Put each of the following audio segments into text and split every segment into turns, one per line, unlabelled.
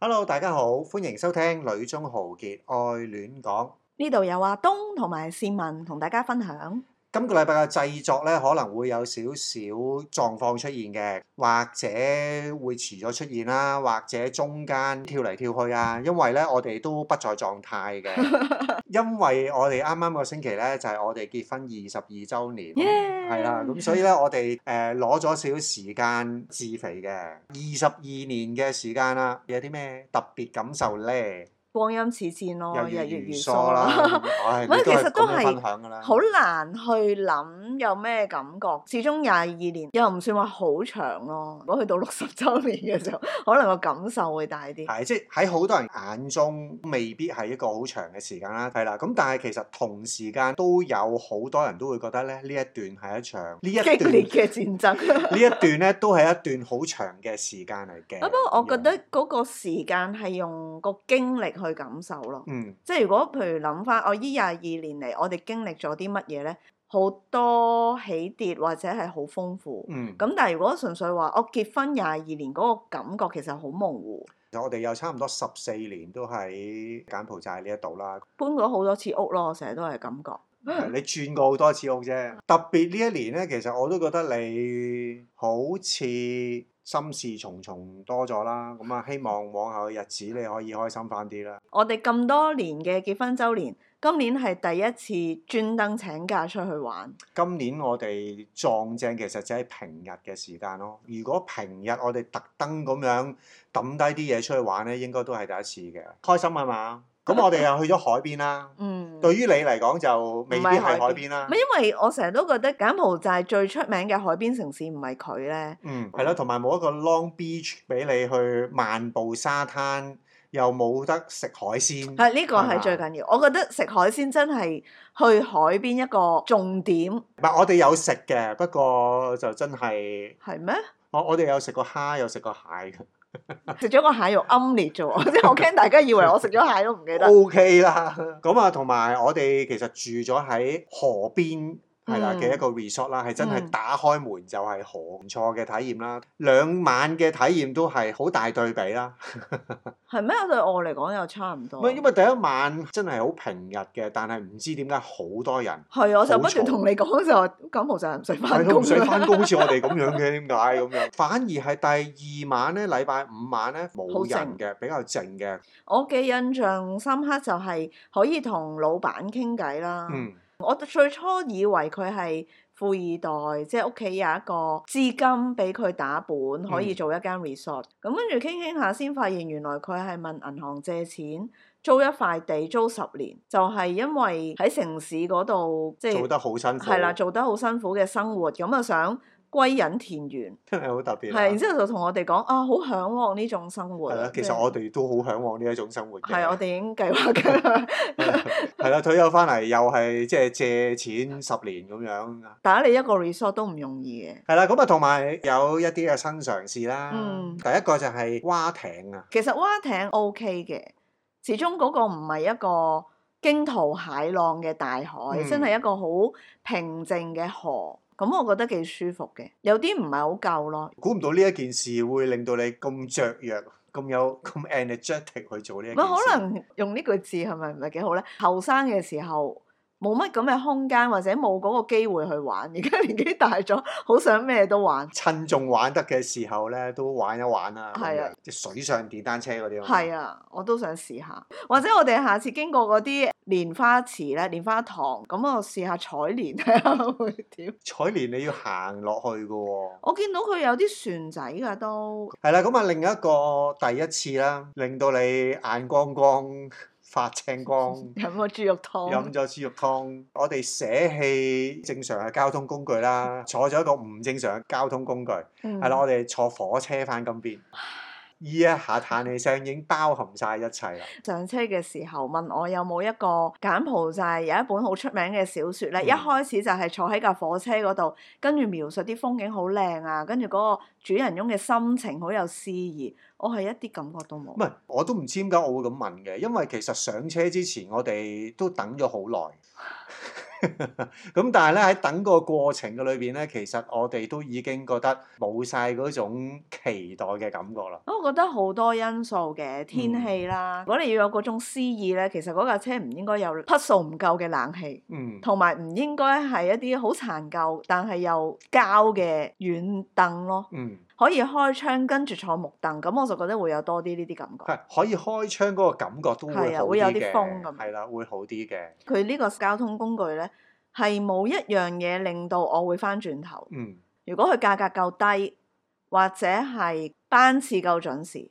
Hello，大家好，歡迎收聽《女中豪傑愛戀講》。
呢度有阿東同埋善文同大家分享。
今個禮拜嘅製作咧，可能會有少少狀況出現嘅，或者會遲咗出現啦，或者中間跳嚟跳去啊，因為咧我哋都不在狀態嘅，因為我哋啱啱個星期咧就係、我哋結婚二十二週年。
耶
係啦，咁所以咧，我哋誒攞咗少少時間自肥嘅，二十二年嘅時間啦，有啲咩特別感受咧？
光陰似箭咯，
又
日
越
月
如
如
梭
梭
啦
啦。，
唉，
唔係
你
其實
都
都
係咁樣
係
分享㗎啦，
好難去諗有咩感覺，始終廿二年又唔算話好長咯。如果去到六十週年嘅時候，可能個感受會大啲。
係即係喺好多人眼中未必係一個好長嘅時間啦，係啦。咁但係其實同時間都有好多人都會覺得咧，呢一段係一場呢一
激烈
段
嘅戰爭。
呢一段咧都係一段好長嘅時間嚟嘅。
啊不過我覺得嗰個時間係用個經歷去感受咯。
嗯
即係如果譬如諗翻，我依廿二年嚟，我哋經歷咗啲乜嘢咧？好多起跌或者係好豐富。
嗯，
咁但係如果純粹話我結婚廿二年嗰個感覺其實好模糊，
其實我哋有差唔多十四年都喺柬埔寨呢一度啦。
搬咗好多次屋咯，我成日都係感覺。
係你轉過好多次屋啫。特別呢一年呢，其實我都覺得你好似心事重重多咗啦。咁啊，希望往後嘅日子你可以開心翻啲啦。
我哋咁多年嘅結婚周年，今年係第一次專登請假出去玩，
今年我哋撞正其實就係平日嘅時間咯。如果平日我哋特登咁樣抌低啲嘢出去玩呢，應該都係第一次嘅。開心係嘛？咁我哋又去咗海邊啦。
嗯。
對於你嚟講就未必係
唔係海邊
海邊啦
咪。因為我成日都覺得柬埔寨最出名嘅海邊城市唔係佢咧，
嗯，係咯，同埋冇一個 Long Beach 俾你去漫步沙灘，又冇得食海鮮。
係呢個
係嘛
係最緊要。我覺得食海鮮真係去海邊一個重點，
唔係我哋有食嘅，不過就真係
係咩？
我我哋有食過蝦，有食過蟹嘅。
食咗個蟹肉奄列啫喎，即係我驚大家以為我食咗蟹都唔記得。
O K 啦，咁啊，同埋我哋其實住咗喺河邊。係啦
嗯
嘅一個 resort 啦，係真係
嗯
打開門就係河，唔錯嘅體驗啦。兩晚嘅體驗都係好大對比啦。
係咩？對我嚟講又差唔多。
唔係因為第一晚真係好平日嘅，但係唔知點解好多人。
係，啊我就不
好嘈
斷同你講就話柬埔寨唔使
係
翻
都
工
唔
啊
使翻工，好似我哋咁樣嘅，點解咁樣？反而係第二晚咧，禮拜五晚咧冇人嘅，比較靜嘅。
我嘅印象深刻就係可以同老闆傾偈啦。
嗯，
我最初以為佢係富二代，即係屋企有一個資金俾佢打本，
嗯
可以做一間 resort。咁跟住傾傾下，先發現原來佢係問銀行借錢租一塊地，租十年，就係、因為喺城市嗰度即
做
係
得好辛苦，
係啦，，做得好辛苦嘅生活，咁啊想歸隱田園。
真係好特別啊。
係，然之後就同我哋講啊，好向往呢種生活
係
啊。
啦，其實我哋啊都好向往呢一種生活嘅。
係我哋已經計劃 緊啦，
係啦，退休翻嚟又係即係借錢十年咁樣。
打理一個 resort 都唔容易嘅。
係啦，咁啊，同埋有一啲嘅新嘗試啦。
嗯
第一個就係蛙艇啊，
其實蛙艇 OK 嘅，始終嗰個唔係一個驚濤駭浪嘅大海，
嗯
真係一個好平靜嘅河。咁我覺得幾舒服嘅，有啲唔係好夠咯。
估唔到呢一件事會令到你咁雀躍、咁有咁 energetic 去做呢一
唔
件事。
可能用呢句字係咪唔係幾好咧？後生嘅時候冇乜咁嘅空間，或者冇嗰個機會去玩。而家年紀大咗，好想咩都玩。
趁仲玩得嘅時候咧，都玩一玩啦。
係啊
咁樣，即係水上電單車嗰啲。
係
啊，
啊，我都想試下，或者我哋下次經過嗰啲蓮花池咧、蓮花塘，咁我試下採蓮睇下 會點。
彩蓮你要行落去嘅喎。
我見到佢有啲船仔㗎都，
係啦，咁啊，另一個第一次啦，令到你眼光光 發青光，
飲個豬肉
飲
湯，
咗豬肉湯。我哋捨棄正常嘅交通工具啦，坐咗一個唔正常嘅交通工具。
嗯
係啦，我哋坐火車翻金邊。依一下嘆氣聲已經包含晒一切啦。
上車嘅時候問我有冇一個柬埔寨有一本好出名嘅小説咧，
嗯
一開始就係坐喺架火車嗰度，跟住描述啲風景好靚啊，跟住嗰個主人翁嘅心情好有詩意，我係一啲感覺都冇
唔。係，我都唔知點解我會咁問嘅，因為其實上車之前我哋都等咗好耐。 咁但係咧喺等個過程嘅裏邊咧，其實我哋都已經覺得冇晒嗰種期待嘅感覺啦。
我覺得好多因素嘅天氣啦，如果你要有嗰種詩意咧，其實嗰架車唔應該有匹數唔夠嘅冷氣。
嗯，
同埋唔應該係一啲好殘舊但係又膠嘅軟凳咯，
嗯，
可以開窗跟住坐木凳，咁我就覺得會有多啲呢啲感覺。
係可以開窗嗰個感覺都會
係啊
好
會有
啲
啲
嘅，
風咁
係啦，會好啲嘅。
佢呢個交通工具呢，係冇一樣嘢令到我會翻轉頭。
嗯
如果佢價格夠低，或者係班次夠準時，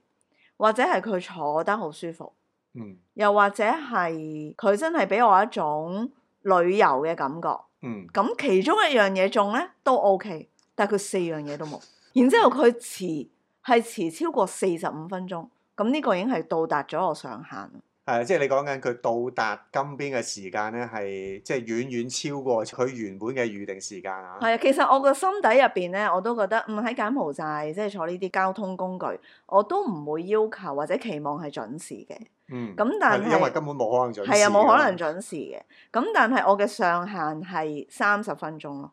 或者係佢坐得好舒服，
嗯
又或者係佢真係俾我一種旅遊嘅感覺。
嗯，
咁其中一樣嘢中咧都 OK，但係佢四樣嘢都冇。然之後佢遲係遲超過四十五分鐘，咁呢個已經係到達咗我上限。
係啊即係你講緊佢到達金邊嘅時間咧，係即係遠遠超過佢原本嘅預定時間啊。
係啊，其實我個心底入邊咧，我都覺得嗯喺柬埔寨即係坐呢啲交通工具，我都唔會要求或者期望係準時嘅。
嗯，
咁但
因為
係
根本冇可能準時㗎啦。
係啊，冇可能準時嘅。咁但係我嘅上限係三十分鐘咯。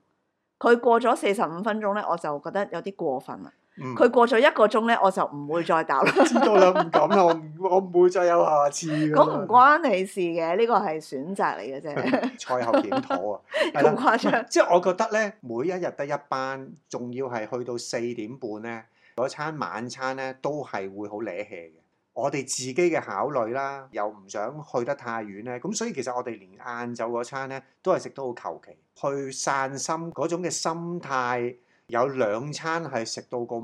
佢過咗四十五分鐘咧，我就覺得有啲過分啦。
嗯。
佢過咗一個鐘咧，我就唔會 再打啦。
知道啦，唔敢啦，我唔我唔會再有下次㗎啦。
咁唔關你事嘅，呢個係選擇嚟嘅啫，
賽後檢討啊，係
咁
啦，
誇張。
即係我覺得咧，每一日得一班，仲要係去到四點半咧，嗰餐晚餐咧都係會好僂氣嘅。我哋自己嘅考慮啦，又唔想去得太遠咧，咁所以其實我哋連晏晝嗰餐咧都係食到好求其，去散心嗰種嘅心態，有兩餐係食到咁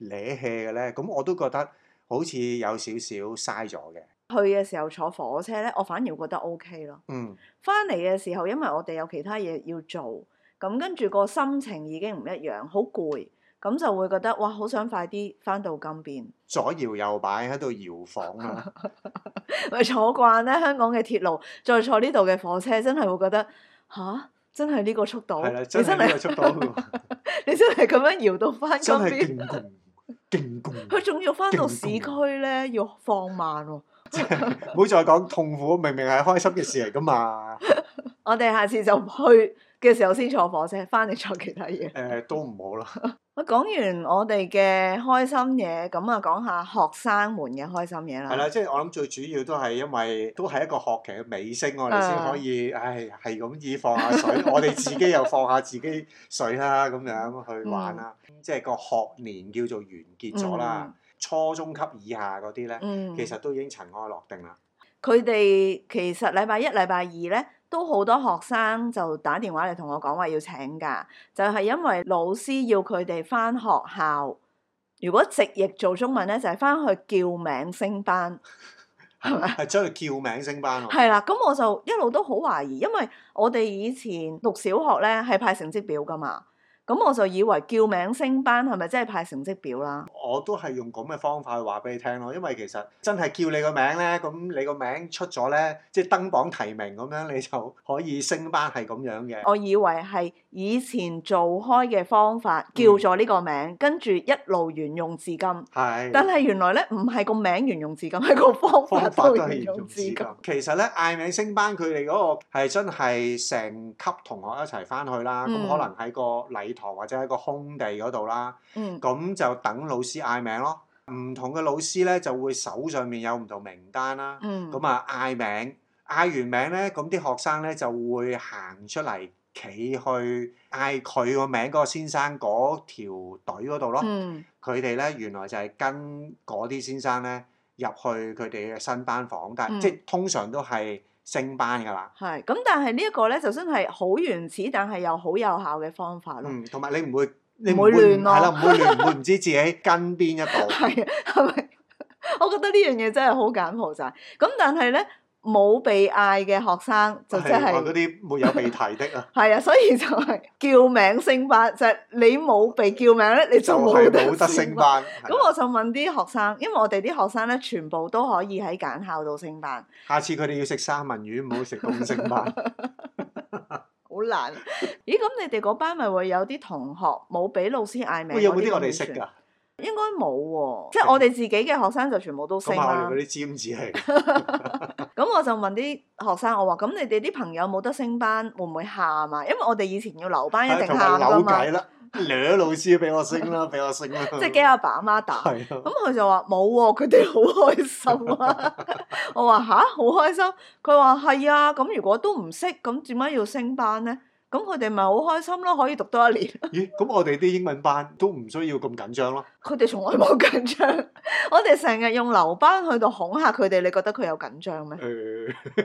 僂氣嘅咧，咁我都覺得好似有少少嘥咗嘅。
去嘅時候坐火車呢，我反而覺得 O K 咯。
嗯
翻嚟嘅時候，因為我哋有其他嘢要做，咁跟住個心情已經唔一樣，好攰，咁就會覺得哇，好想快啲翻到金邊。
左搖右擺喺度搖晃啊！
咪坐慣咧香港嘅鐵路，再坐呢度嘅火車，真係會覺得吓，真係呢個速度，
係啦，
你
真
真
係呢個
係
速度，
你真係咁樣搖到翻金
真係
邊，
勁勁勁
佢
勁，
仲要翻到市
勁
區呢，要放慢喎。
唔好再講痛苦，明明係開心嘅事嚟噶嘛。
我哋下次就去嘅時候先坐火車，翻嚟坐其他嘢。
誒，都唔好啦。
我講完我哋嘅開心嘢，咁啊講下學生們嘅開心嘢
係
啦。
啦，即係我諗最主要都係因為都係一個學期嘅尾聲，我哋先
啊
可以，唉，係咁意放下 水，我哋自己又放下自己水啦，咁
嗯
樣去玩啦。即係個學年叫做完結咗啦，初中級以下嗰啲咧，
嗯，
其實都已經塵埃落定啦。
佢哋其實禮拜一、禮拜二咧，都好多學生就打電話嚟同我講話要請假，就係、因為老師要佢哋翻學校。如果直譯做中文咧，就係、返翻去叫名升班。
係將佢叫名升班喎。
係啦，咁我就一路都好懷疑，因為我哋以前讀小學咧係派成績表噶嘛，咁我就以為叫名升班係咪真係派成績表啦？
我都係用咁嘅方法去話俾你聽咯，因為其實真係叫你個名咧，咁你個名出咗咧，即係登榜提名咁樣，你就可以升班係咁樣嘅。
我以為係以前做開嘅方法叫咗呢個名，跟住一路沿用至今。
係。
但係原來咧唔係個名沿用至今，係個方法
方法
都
都係
沿
沿
用
用
至
至今
今。。
其實咧，嗌名升班佢哋嗰個係真係成級同學一齊翻去啦，咁、
嗯
可能喺個禮堂或者喺個空地嗰度啦，
嗯
咁就等老師嗌名咯。唔同嘅老師咧就會手上面有唔同名單啦。
嗯，
咁啊嗌名，嗌完名咧，咁啲學生咧就會行出嚟企去嗌佢個名嗰個先生嗰條隊嗰度咯。
嗯
佢哋咧原來就係跟嗰啲先生咧入去佢哋嘅新班房，但係、
嗯
即係通常都係升班㗎啦。
係。咁但係呢一個咧就真係好原始，但係又好有效嘅方法咯。
嗯，同埋你唔會。你
唔會亂咯
係啦，唔會亂，唔會唔知自己跟邊一 度。
係啊，係咪？ 我覺得呢樣嘢真係好柬埔寨。咁但係咧，冇被嗌嘅學生就真
我嗰
係
啲沒有被提的啊，
係啊，所以就係叫名升班，就係、你冇被叫名咧， 你就
就係
冇
冇得升。班。係
咁
啦
我就問啲學生，因為我哋啲學生咧，全部都可以喺簡校度升班，
下次佢哋要食三文魚，唔好食公升班。
好 難。咦？咁你哋嗰班咪會有啲同學冇俾老師嗌名？嗯
喂，有冇啲我哋識㗎？？
應該冇喎，即係我哋自己嘅學生就全部都
咁
升
係我哋
啦
嗰。啲尖子嚟。
咁我就問啲學生，我話：咁你哋啲朋友冇得升班，會唔會喊啊？因為我哋以前要留班一定
同
喊
埋
噶
扭
嘛，
計啦，掠老師俾我升啦， 俾我升啦。
啊即係驚阿爸阿媽打。
係啊
咁佢就話冇喎，佢哋好開心 啊！我話吓，好開心，佢話係啊，咁如果都唔識，咁點解要升班呢？咁佢哋咪好開心咯，可以讀多一年。
咦？咁我哋啲英文班都唔需要咁緊張咯。
佢哋從來冇緊張， 我哋成日用留班去到恐嚇佢哋，你覺得佢有緊張
嗯
咩？
誒，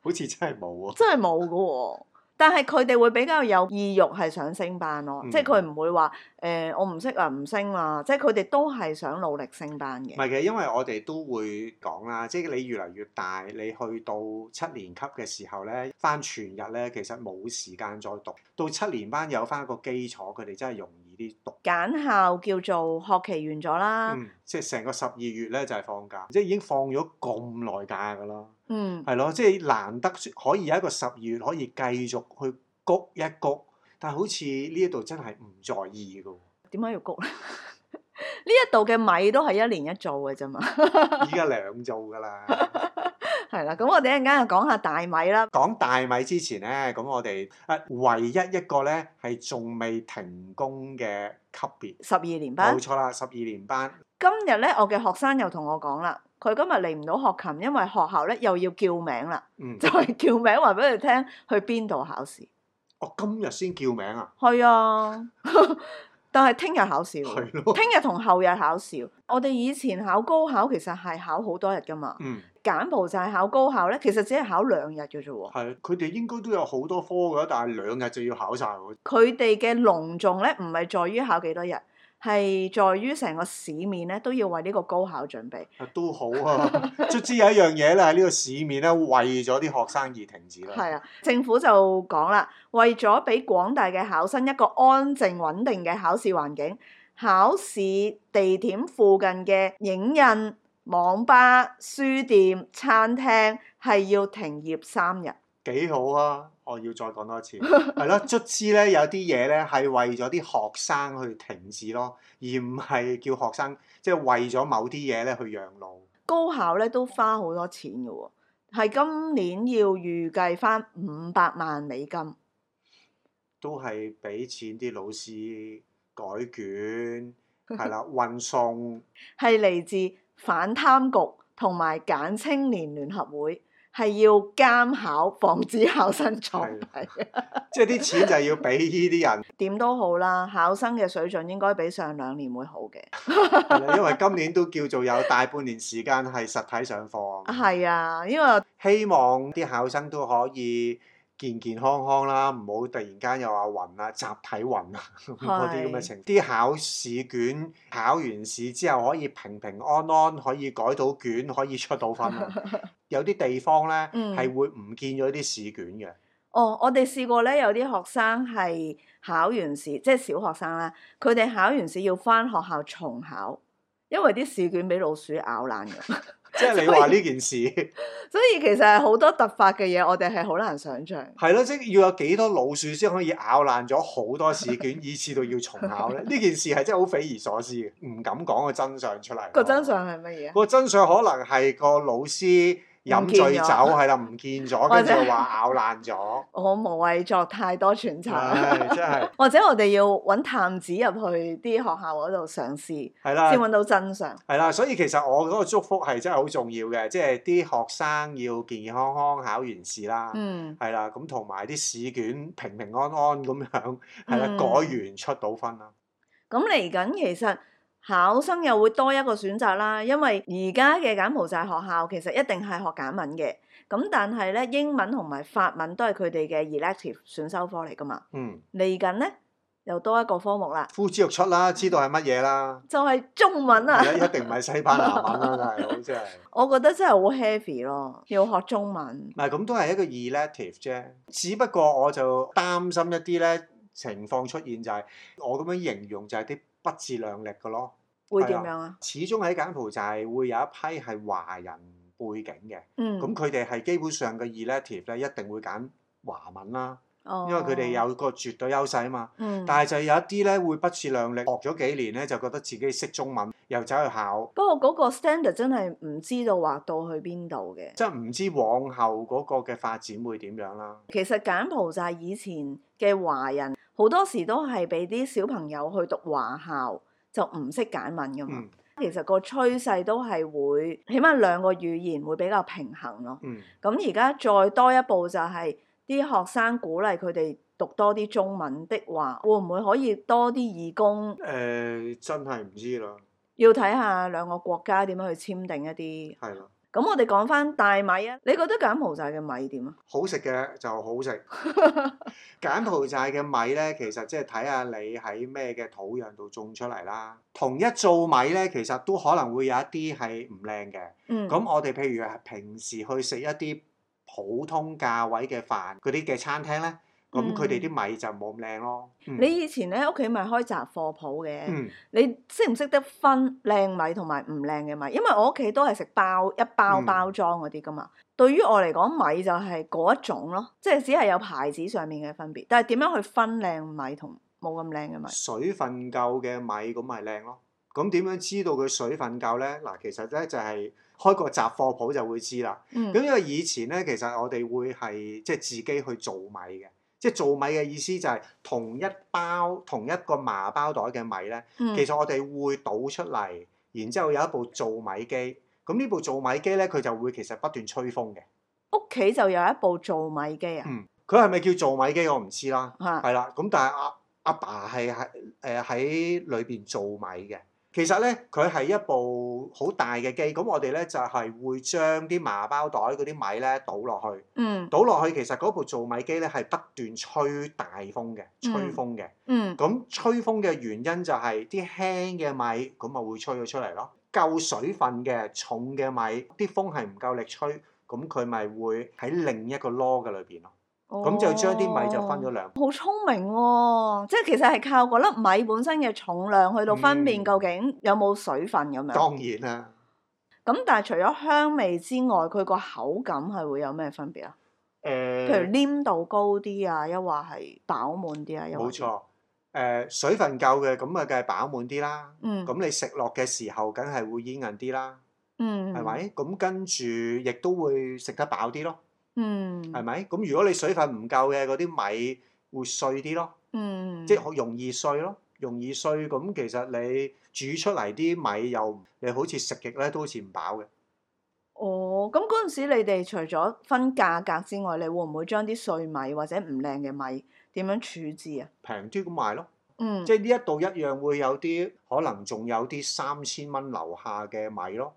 好似真係冇喎。
真係冇噶喎。但係佢哋會比較有意欲係想升班咯，
嗯
即係佢唔會話誒、呃我唔識啊唔升啦，即係佢哋都係想努力升班
唔
嘅。
係嘅，因為我哋都會講啦，即係你越嚟越大，你去到七年級嘅時候咧，翻全日咧，其實冇時間再讀。到七年班有翻一個基礎，佢哋真係容易啲讀。
揀校叫做學期完咗啦，
嗯，即係成個十二月咧就係放假，即係已經放咗咁耐假㗎啦。
嗯
係咯，即係難得可以有一個十二月可以繼續去谷一谷，但係好似呢一度真係唔在意㗎喎。
點解要谷咧？呢一度嘅米都係一年一做嘅啫嘛，
依家兩做㗎啦。
係啦。咁我哋一陣間就講下大米啦。
講大米之前咧，咁我哋啊唯一一個咧係仲未停工嘅級別，
十二年班
冇，錯啦，十二年班
今日咧我嘅學生又同我講啦，佢今日嚟唔到學琴，因為學校咧又要叫名啦，
嗯
就，係叫名話俾佢聽去邊度考試。
我哦今日先叫名啊，
係啊， 但係聽日考試喎，
係咯，
聽日同後日考試喎。我哋以前考高考其實係考好多日噶嘛，
嗯，
柬埔寨考高考咧其實只係考兩日嘅啫喎。
係，佢哋應該都有好多科㗎，但係兩日就要考晒喎，
佢哋嘅隆重咧唔係在於考幾多日，係在於成個市面咧都要為呢個高考準備。
啊都好 啊，卒之有一樣嘢咧喺呢個市面咧為咗啲學生而停止啦，
係啊，政府就講啦，為咗俾廣大嘅考生一個安靜穩定嘅考試環境，考試地點附近嘅影印、網吧、書店、餐廳係要停業三日。
幾好啊！我要再講多次，係咯，卒之咧有啲嘢咧係為咗啲學生去停止咯，而唔係叫學生即係為咗某啲嘢咧去讓路。
高考咧都花好多錢嘅喎、係今年要預計翻五百萬美金。
都係俾錢啲老師改卷，係啦，運送
係嚟自反貪局同埋簡青年聯合會，係要監考防止考生作弊。
即係啲錢就要俾呢啲人，
點都好啦，考生嘅水準應該比上兩年會好嘅。啊
係啦因為今年都叫做有大半年時間係實體上課。
係啊，因為
希望啲考生都可以健健康康啦，唔好突然間又話暈啊、集體暈啊 嗰啲咁嘅情況。啲考試卷考完試之後可以平平安安，可以改到卷，可以出到分啊。有啲地方呢
嗯
係會唔見咗啲試卷嘅，
哦，我哋試過咧，有啲學生係考完試，即係小學生啦，佢哋考完試要翻學校重考，因為啲試卷俾老鼠咬爛咗。
即係你話呢件事
所以其實係好多突發嘅嘢，我哋係好難想像。
係咯，即係要有幾多老鼠先可以咬爛咗好多試卷，以至到要重考呢？呢件事係真係好匪夷所思嘅，唔敢講個真相出嚟。
個真相係乜嘢？啊
個真相可能係個老師飲醉酒
唔見咗
係啦，唔見 咗，
或
跟
者
住話咬爛 咗，
我無謂作太多揣測，
唉，真係
或者我哋要揾探子入去啲學校嗰度嘗試，
係
先
啦，
揾到真相。
係啦，所以其實我嗰個祝福係真係好重要嘅，即係啲學生要健健康康考完試啦。
嗯，
係啦，咁同埋啲試卷平平安安咁樣，係啦，
嗯
改完出到分啦。
咁嚟緊其實考生又會多一個選擇啦，因為而家嘅柬埔寨學校其實一定係學簡文嘅，咁但係咧英文同埋法文都係佢哋嘅 elective 選修科嚟噶嘛。
嗯，
嚟緊咧又多一個科目啦，
呼之欲出啦，知道係乜嘢啦，
就係、中
係
文啊！
啦，一定唔係西班牙文啦，大佬真係。
我覺得真係好 heavy 咯，要學中文
唔。係咁都係一個 elective 啫，只不過我就擔心一啲咧情況出現就係、我咁樣形容就係啲不自量力嘅咯。
會點樣啊？
始終喺柬埔寨會有一批係華人背景嘅，
嗯，
咁佢哋係基本上嘅 elective 咧一定會揀華文啦，
因
因為佢哋，有個絕對優勢啊嘛。
哦嗯、
但係就有一啲咧會不自量力，學咗幾年咧就覺得自己識中文，又走去考，
不過嗰個 standard 真係唔知道畫到去邊度嘅。
即係唔知往後嗰個嘅發展會點樣啦。
其實柬埔寨以前嘅華人好多時都係俾啲小朋友去讀華校，就唔識簡文噶嘛。
嗯
其實個趨勢都係會，起碼兩個語言會比較平衡咯。
嗯
咁而家再多一步就係、啲學生鼓勵佢哋讀多啲中文的話，會唔會可以多啲義工？
嗯誒、真係唔知啦，
要睇下兩個國家點樣去簽訂一
係啦，
啲。咁我哋講翻大米啊，你覺得柬埔寨嘅米點啊？
好食嘅就好 食。柬埔寨嘅米咧，其實即係睇下你喺咩嘅土壤度種出嚟啦。同一造米咧，其實都可能會有一啲係唔靚嘅。
嗯，
咁我哋譬如係平時去食一啲普通價位嘅飯嗰啲嘅餐廳咧，咁
嗯
佢哋啲米就冇咁靚咯。嗯
你以前咧屋企咪開雜貨鋪嘅，
嗯
你識唔識得分靚米同埋唔靚嘅米？因為我屋企都係食包一包
嗯
包裝嗰啲噶嘛。對於我嚟講，米就係嗰一種咯，即係只係有牌子上面嘅分別。但係點樣去分靚米同冇咁靚嘅米？
水分夠嘅米咁咪靚咯。咁點樣知道佢水分夠咧？嗱，其實咧就係、開個雜貨鋪就會知啦。
嗯
咁因為以前咧，其實我哋會係即係自己去做米嘅，即係做米嘅意思就係同一包同一個麻包袋嘅米咧，
嗯
其實我哋會倒出嚟，然之後有一部做米機。咁呢部做米機咧，佢就會其實不斷吹風嘅。
嗯屋企就有一部做米機啊，
嗯，佢係咪叫做米機我唔知啦。
嚇、
係啦，咁但係阿阿爸係喺誒喺裏邊做米嘅。其實咧，佢係一部好大嘅機，咁我哋咧就係、會將啲麻包袋嗰啲米咧倒落去，
嗯
倒落去其實嗰部做米機咧係不斷吹大風嘅，吹風嘅。
嗯
咁吹風嘅原因就係啲輕嘅米咁咪會吹咗出嚟咯，夠水分嘅重嘅米，啲風係唔夠力吹，咁佢咪會喺另一個籮嘅裏邊咯。咁就將啲米就分咗
哦
兩。
好聰明喎、即係其實係靠嗰粒米本身嘅重量去到分辨
嗯
究竟有冇水分咁樣。
當然啦，
咁但係除咗香味之外，佢個口感係會有咩分別啊？
誒、
譬
嗯
如黏度高啲啊，又或係飽滿啲啊，又或
冇錯，誒、水分夠嘅咁啊，梗係飽滿啲啦。
嗯
咁你食落嘅時候，梗係會煙韌啲啦，
嗯
係咪？咁跟住亦都會食得飽啲咯，
嗯
係咪？咁如果你水分唔夠嘅嗰啲米會碎啲咯，
嗯
即係好容易碎咯，容易碎。咁其實你煮出嚟啲米又你好似食極咧都好似唔飽嘅。
哦，咁嗰陣時你哋除咗分價格之外，你會唔會將啲碎米或者唔靚嘅米點樣處置啊？
平啲咁賣咯，
嗯，
即係呢一度一樣會有啲可能仲有啲三千蚊樓下嘅米咯，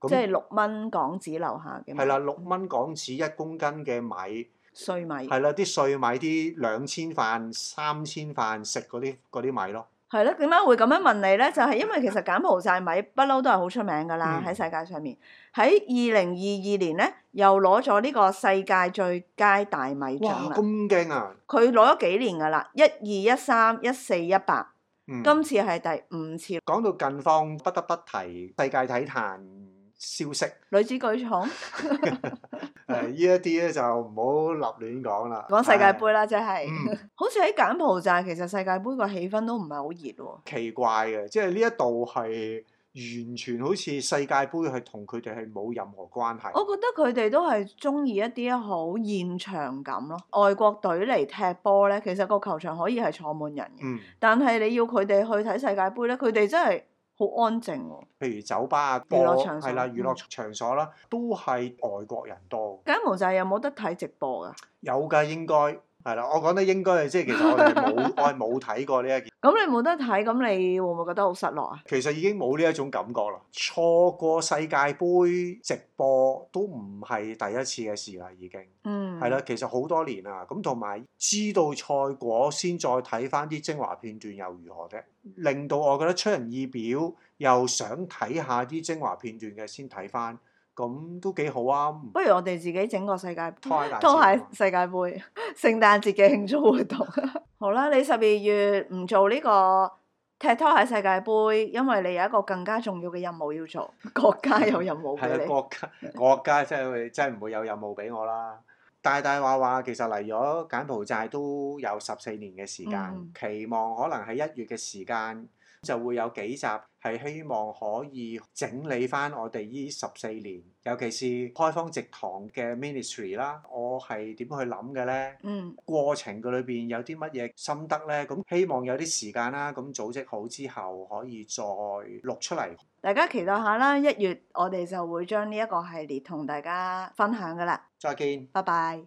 咁
即係六蚊港紙樓下嘅米
係啦，六蚊港紙一公斤嘅米，
碎米
係啦，啲碎米啲兩千飯、三千飯食嗰啲嗰啲米咯。
係啦，點解會咁樣問你呢？就係、因為其實柬埔寨米不嬲都係好出名㗎啦，
嗯
喺、世界上面。喺二零二二年呢，又攞咗呢個世界最佳大米獎
哇，
啦。
咁驚啊！
佢攞咗幾年㗎啦，一二一三一四一八，
嗯，
今次係第五次，
講到近況，不得不提世界體壇消息。誒、
女子舉重，
呢一啲咧就唔好立亂講啦。
嗯講世界盃
啦。
啦，即係，
嗯，
好似喺柬埔寨，其實世界盃個氣氛都唔係好熱喎。
奇怪嘅，即係呢一度係完全好似世界盃係同佢哋係冇任何關係。
我覺得佢哋都係中意一啲好現場感咯。外國隊嚟踢波呢，其實個球場可以係坐滿人嘅，
嗯，
但係你要佢哋去睇世界盃呢，佢哋真係好安靜喎。
譬如酒吧啊，
娛樂
播
場所
係啦，娛樂
嗯
場所啦，都係外國人多。
柬埔寨有冇得睇直播㗎？
有㗎，應該係啦。我講得應該係即係其實我哋冇，我係冇睇過呢一件，
咁你冇得睇，咁你會唔會覺得好失落啊？
其實已經冇呢一種感覺啦。錯過世界盃直播都唔係第一次嘅事啦，已經
嗯，
係啦。其實好多年啦，咁同埋知道賽果先再睇翻啲精華片段又如何啫？令到我覺得出人意表，又想睇下啲精華片段嘅先睇翻，咁都幾好啊！唔
不如我哋自己整個世界
拖鞋
拖鞋世界盃、 聖誕節嘅慶祝活動。 好啦，你十二月唔做呢個踢拖鞋世界盃，因為你有一個更加重要嘅任務要做，國家有任務
係啊
俾
啦，
你。嗯
國家國家真係真係唔會有任務俾我啦。大大話話其實嚟咗柬埔寨都有十四年嘅時間，
嗯
期望可能喺一月嘅時間就會有幾集係希望可以整理翻我哋呢十四年，尤其是開荒植堂嘅 ministry 啦，我係點去諗嘅呢？
嗯
過程嘅裏邊有啲乜嘢心得呢？咁希望有啲時間啦，咁組織好之後可以再錄出嚟。
大家期待下啦！一月我哋就會將呢一個系列同大家分享噶啦，
再見。
拜拜。